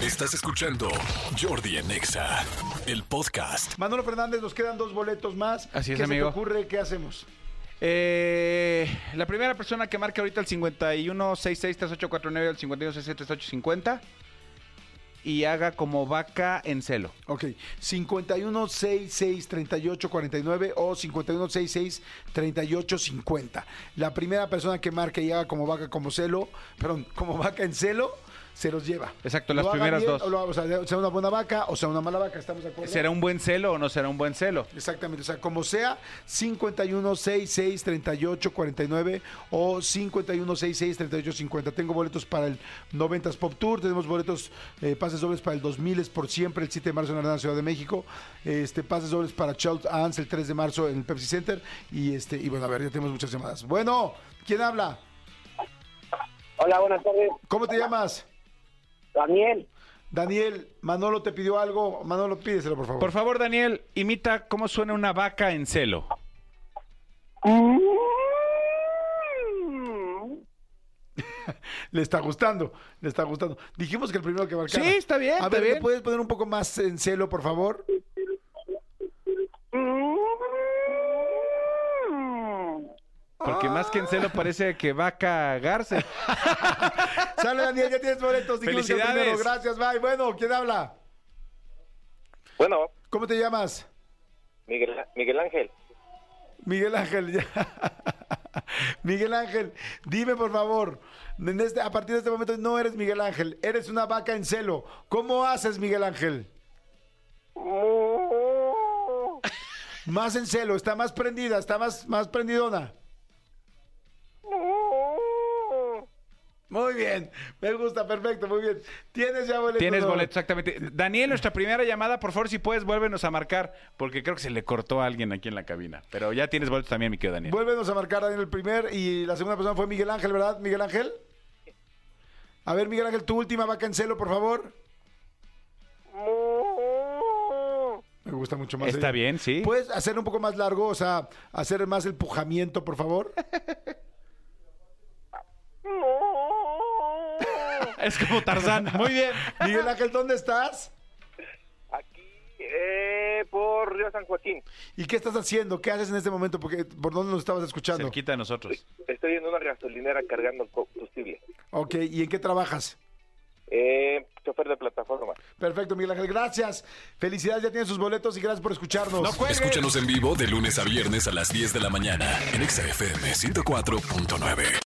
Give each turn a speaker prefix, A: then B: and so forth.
A: Estás escuchando Jordi en EXA, el podcast.
B: Manolo Fernández, nos quedan dos boletos más.
C: Así es,
B: ¿Qué
C: amigo.
B: se te ocurre? ¿Qué hacemos?
C: Eh, la primera persona que marca ahorita el 51663849 al 51673850 y haga como vaca en celo.
B: Ok, 5166-3849 o 5166-3850. La primera persona que marque y haga como vaca como celo, perdón, como vaca en celo, se los lleva.
C: Exacto,
B: Lo
C: las
B: haga
C: primeras
B: bien,
C: dos.
B: O, lo- o sea, sea una buena vaca o sea una mala vaca, ¿estamos de acuerdo?
C: ¿Será un buen celo o no será un buen celo?
B: Exactamente, o sea, como sea, 5166-3849 o 5166-3850. Tengo boletos para el 90s Pop Tour, tenemos boletos, eh, pases dobles para el 2000 es por siempre, el 7 de marzo en la Arena Ciudad de México, este pases dobles para Child Ants el 3 de marzo en el Pepsi Center y este y bueno, a ver, ya tenemos muchas llamadas. Bueno, ¿quién habla?
D: Hola, buenas tardes.
B: ¿Cómo te llamas?
D: Daniel,
B: Daniel, Manolo te pidió algo. Manolo, pídeselo, por favor.
C: Por favor, Daniel, imita cómo suena una vaca en celo.
B: Le está gustando, le está gustando. Dijimos que el primero que marcara.
C: Sí, está bien,
B: A
C: está
B: ver, ¿me
C: bien.
B: puedes poner un poco más en celo, por favor?
C: Porque más que en celo parece que va a cagarse.
B: Sale, Daniel, ya tienes boletos. Dijimos que el
C: Felicidades.
B: primero. Gracias, bye. Bueno, ¿quién habla?
E: Bueno,
B: ¿Cómo te llamas?
E: Miguel, Miguel Ángel,
B: Miguel Ángel. ya. Miguel Ángel, dime, por favor. en este- a partir de este momento no eres Miguel Ángel, eres una vaca en celo. ¿Cómo haces, Miguel Ángel? Más en celo, está más prendida, está más, más prendidona. Muy bien, me gusta, perfecto, muy bien. Tienes ya boletos.
C: Tienes
B: ¿no?
C: boleto, exactamente. Daniel, nuestra primera llamada, por favor, si puedes, vuélvenos a marcar, porque creo que se le cortó a alguien aquí en la cabina. Pero ya tienes boletos también, mi querido Daniel.
B: Vuélvenos a marcar Daniel el primer y la segunda persona fue Miguel Ángel, ¿verdad? Miguel Ángel. A ver, Miguel Ángel, tu última vaca en celo, por favor. Me gusta mucho más.
C: Está
B: ella.
C: bien, sí.
B: ¿Puedes hacer un poco más largo? O sea, hacer más el pujamiento, por favor.
C: Es como Tarzán. Muy bien.
B: Miguel Ángel, ¿dónde estás?
E: aquí eh, por Río San Joaquín.
B: ¿Y qué estás haciendo? ¿Qué haces en este momento? Porque, ¿Por dónde nos estabas escuchando?
C: Cerquita de nosotros.
E: Estoy en una gasolinera cargando combustible.
B: Ok, ¿y en qué trabajas?
E: Eh, chofer de plataforma.
B: Perfecto, Miguel Ángel, gracias. Felicidades, ya tienes sus boletos y gracias por escucharnos.
A: Escúchanos en vivo de lunes a viernes a las 10 de la mañana en Exa FM 104.9.